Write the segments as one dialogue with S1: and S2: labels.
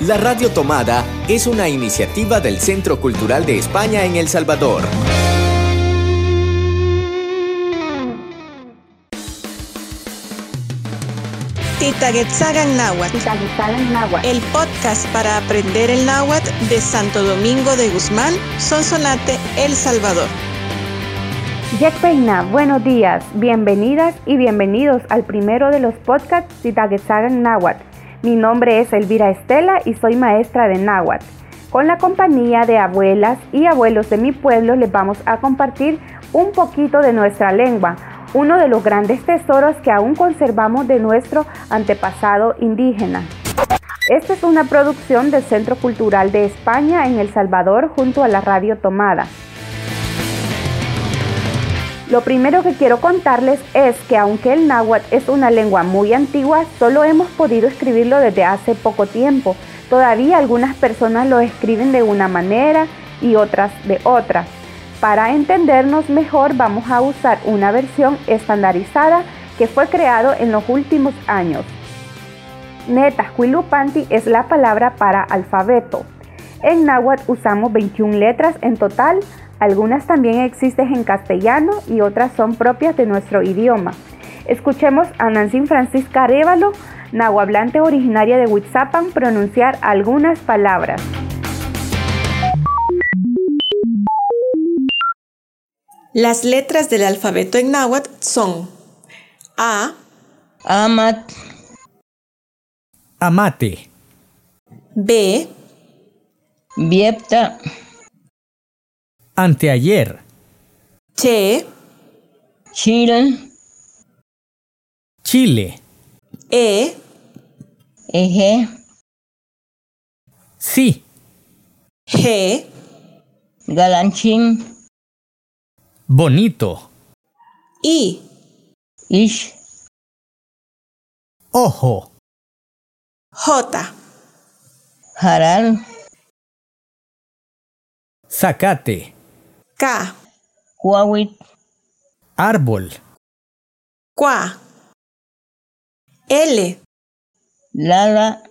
S1: La Radio Tomada es una iniciativa del Centro Cultural de España en El Salvador.
S2: Titaguetzagan Náhuatl. El podcast para aprender el náhuatl de Santo Domingo de Guzmán, Sonsonate, El Salvador.
S3: Jack Peina, buenos días, bienvenidas y bienvenidos al primero de los podcasts Titaguetzagan Náhuatl. Mi nombre es Elvira Estela y soy maestra de náhuatl. Con la compañía de abuelas y abuelos de mi pueblo les vamos a compartir un poquito de nuestra lengua, uno de los grandes tesoros que aún conservamos de nuestro antepasado indígena. Esta es una producción del Centro Cultural de España en El Salvador junto a la Radio Tomada. Lo primero que quiero contarles es que aunque el náhuatl es una lengua muy antigua, solo hemos podido escribirlo desde hace poco tiempo. Todavía algunas personas lo escriben de una manera y otras de otra. Para entendernos mejor vamos a usar una versión estandarizada que fue creado en los últimos años. Netahuilupanti es la palabra para alfabeto. En náhuatl usamos 21 letras en total, algunas también existen en castellano y otras son propias de nuestro idioma. Escuchemos a Nancy Francisca Révalo, nahuablante originaria de Huitzapan, pronunciar algunas palabras.
S2: Las letras del alfabeto en náhuatl son A,
S4: Amat,
S5: Amate,
S2: B,
S4: Viepta,
S5: anteayer,
S2: Che,
S4: Chil,
S5: Chile,
S2: E,
S4: Eje,
S5: sí,
S2: G,
S4: Galanchín,
S5: bonito,
S2: I,
S4: Ish,
S5: ojo,
S2: J,
S4: Jaral,
S5: zacate,
S2: K,
S4: Huawit,
S5: árbol,
S2: Qua, L,
S4: Lala,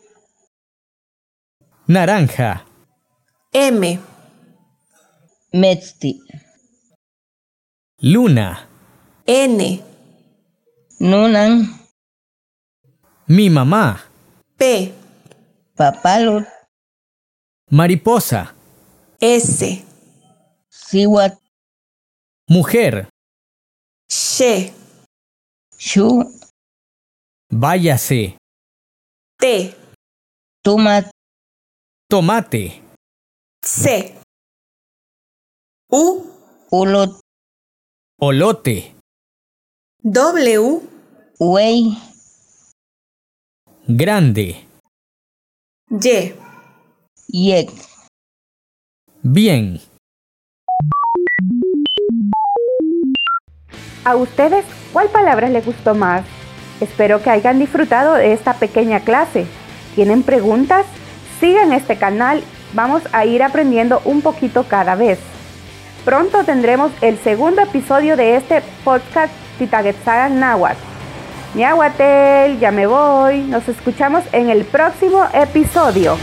S5: naranja,
S2: M,
S4: Metzti,
S5: luna,
S2: N,
S4: Nunan,
S5: mi mamá,
S2: P,
S4: Papalut,
S5: mariposa,
S2: S,
S4: Siwat,
S5: mujer,
S2: She,
S4: Shu,
S5: váyase,
S2: T,
S4: Tumat,
S5: tomate,
S2: C, U,
S4: Ulot,
S5: olote,
S2: W,
S4: Uey,
S5: grande,
S2: Y.
S4: Yek,
S5: bien.
S3: ¿A ustedes cuál palabra les gustó más? Espero que hayan disfrutado de esta pequeña clase. ¿Tienen preguntas? Sigan este canal, vamos a ir aprendiendo un poquito cada vez. Pronto tendremos el segundo episodio de este podcast Titaguetzagan Náhuatl. Ñahuatel, ya me voy. Nos escuchamos en el próximo episodio.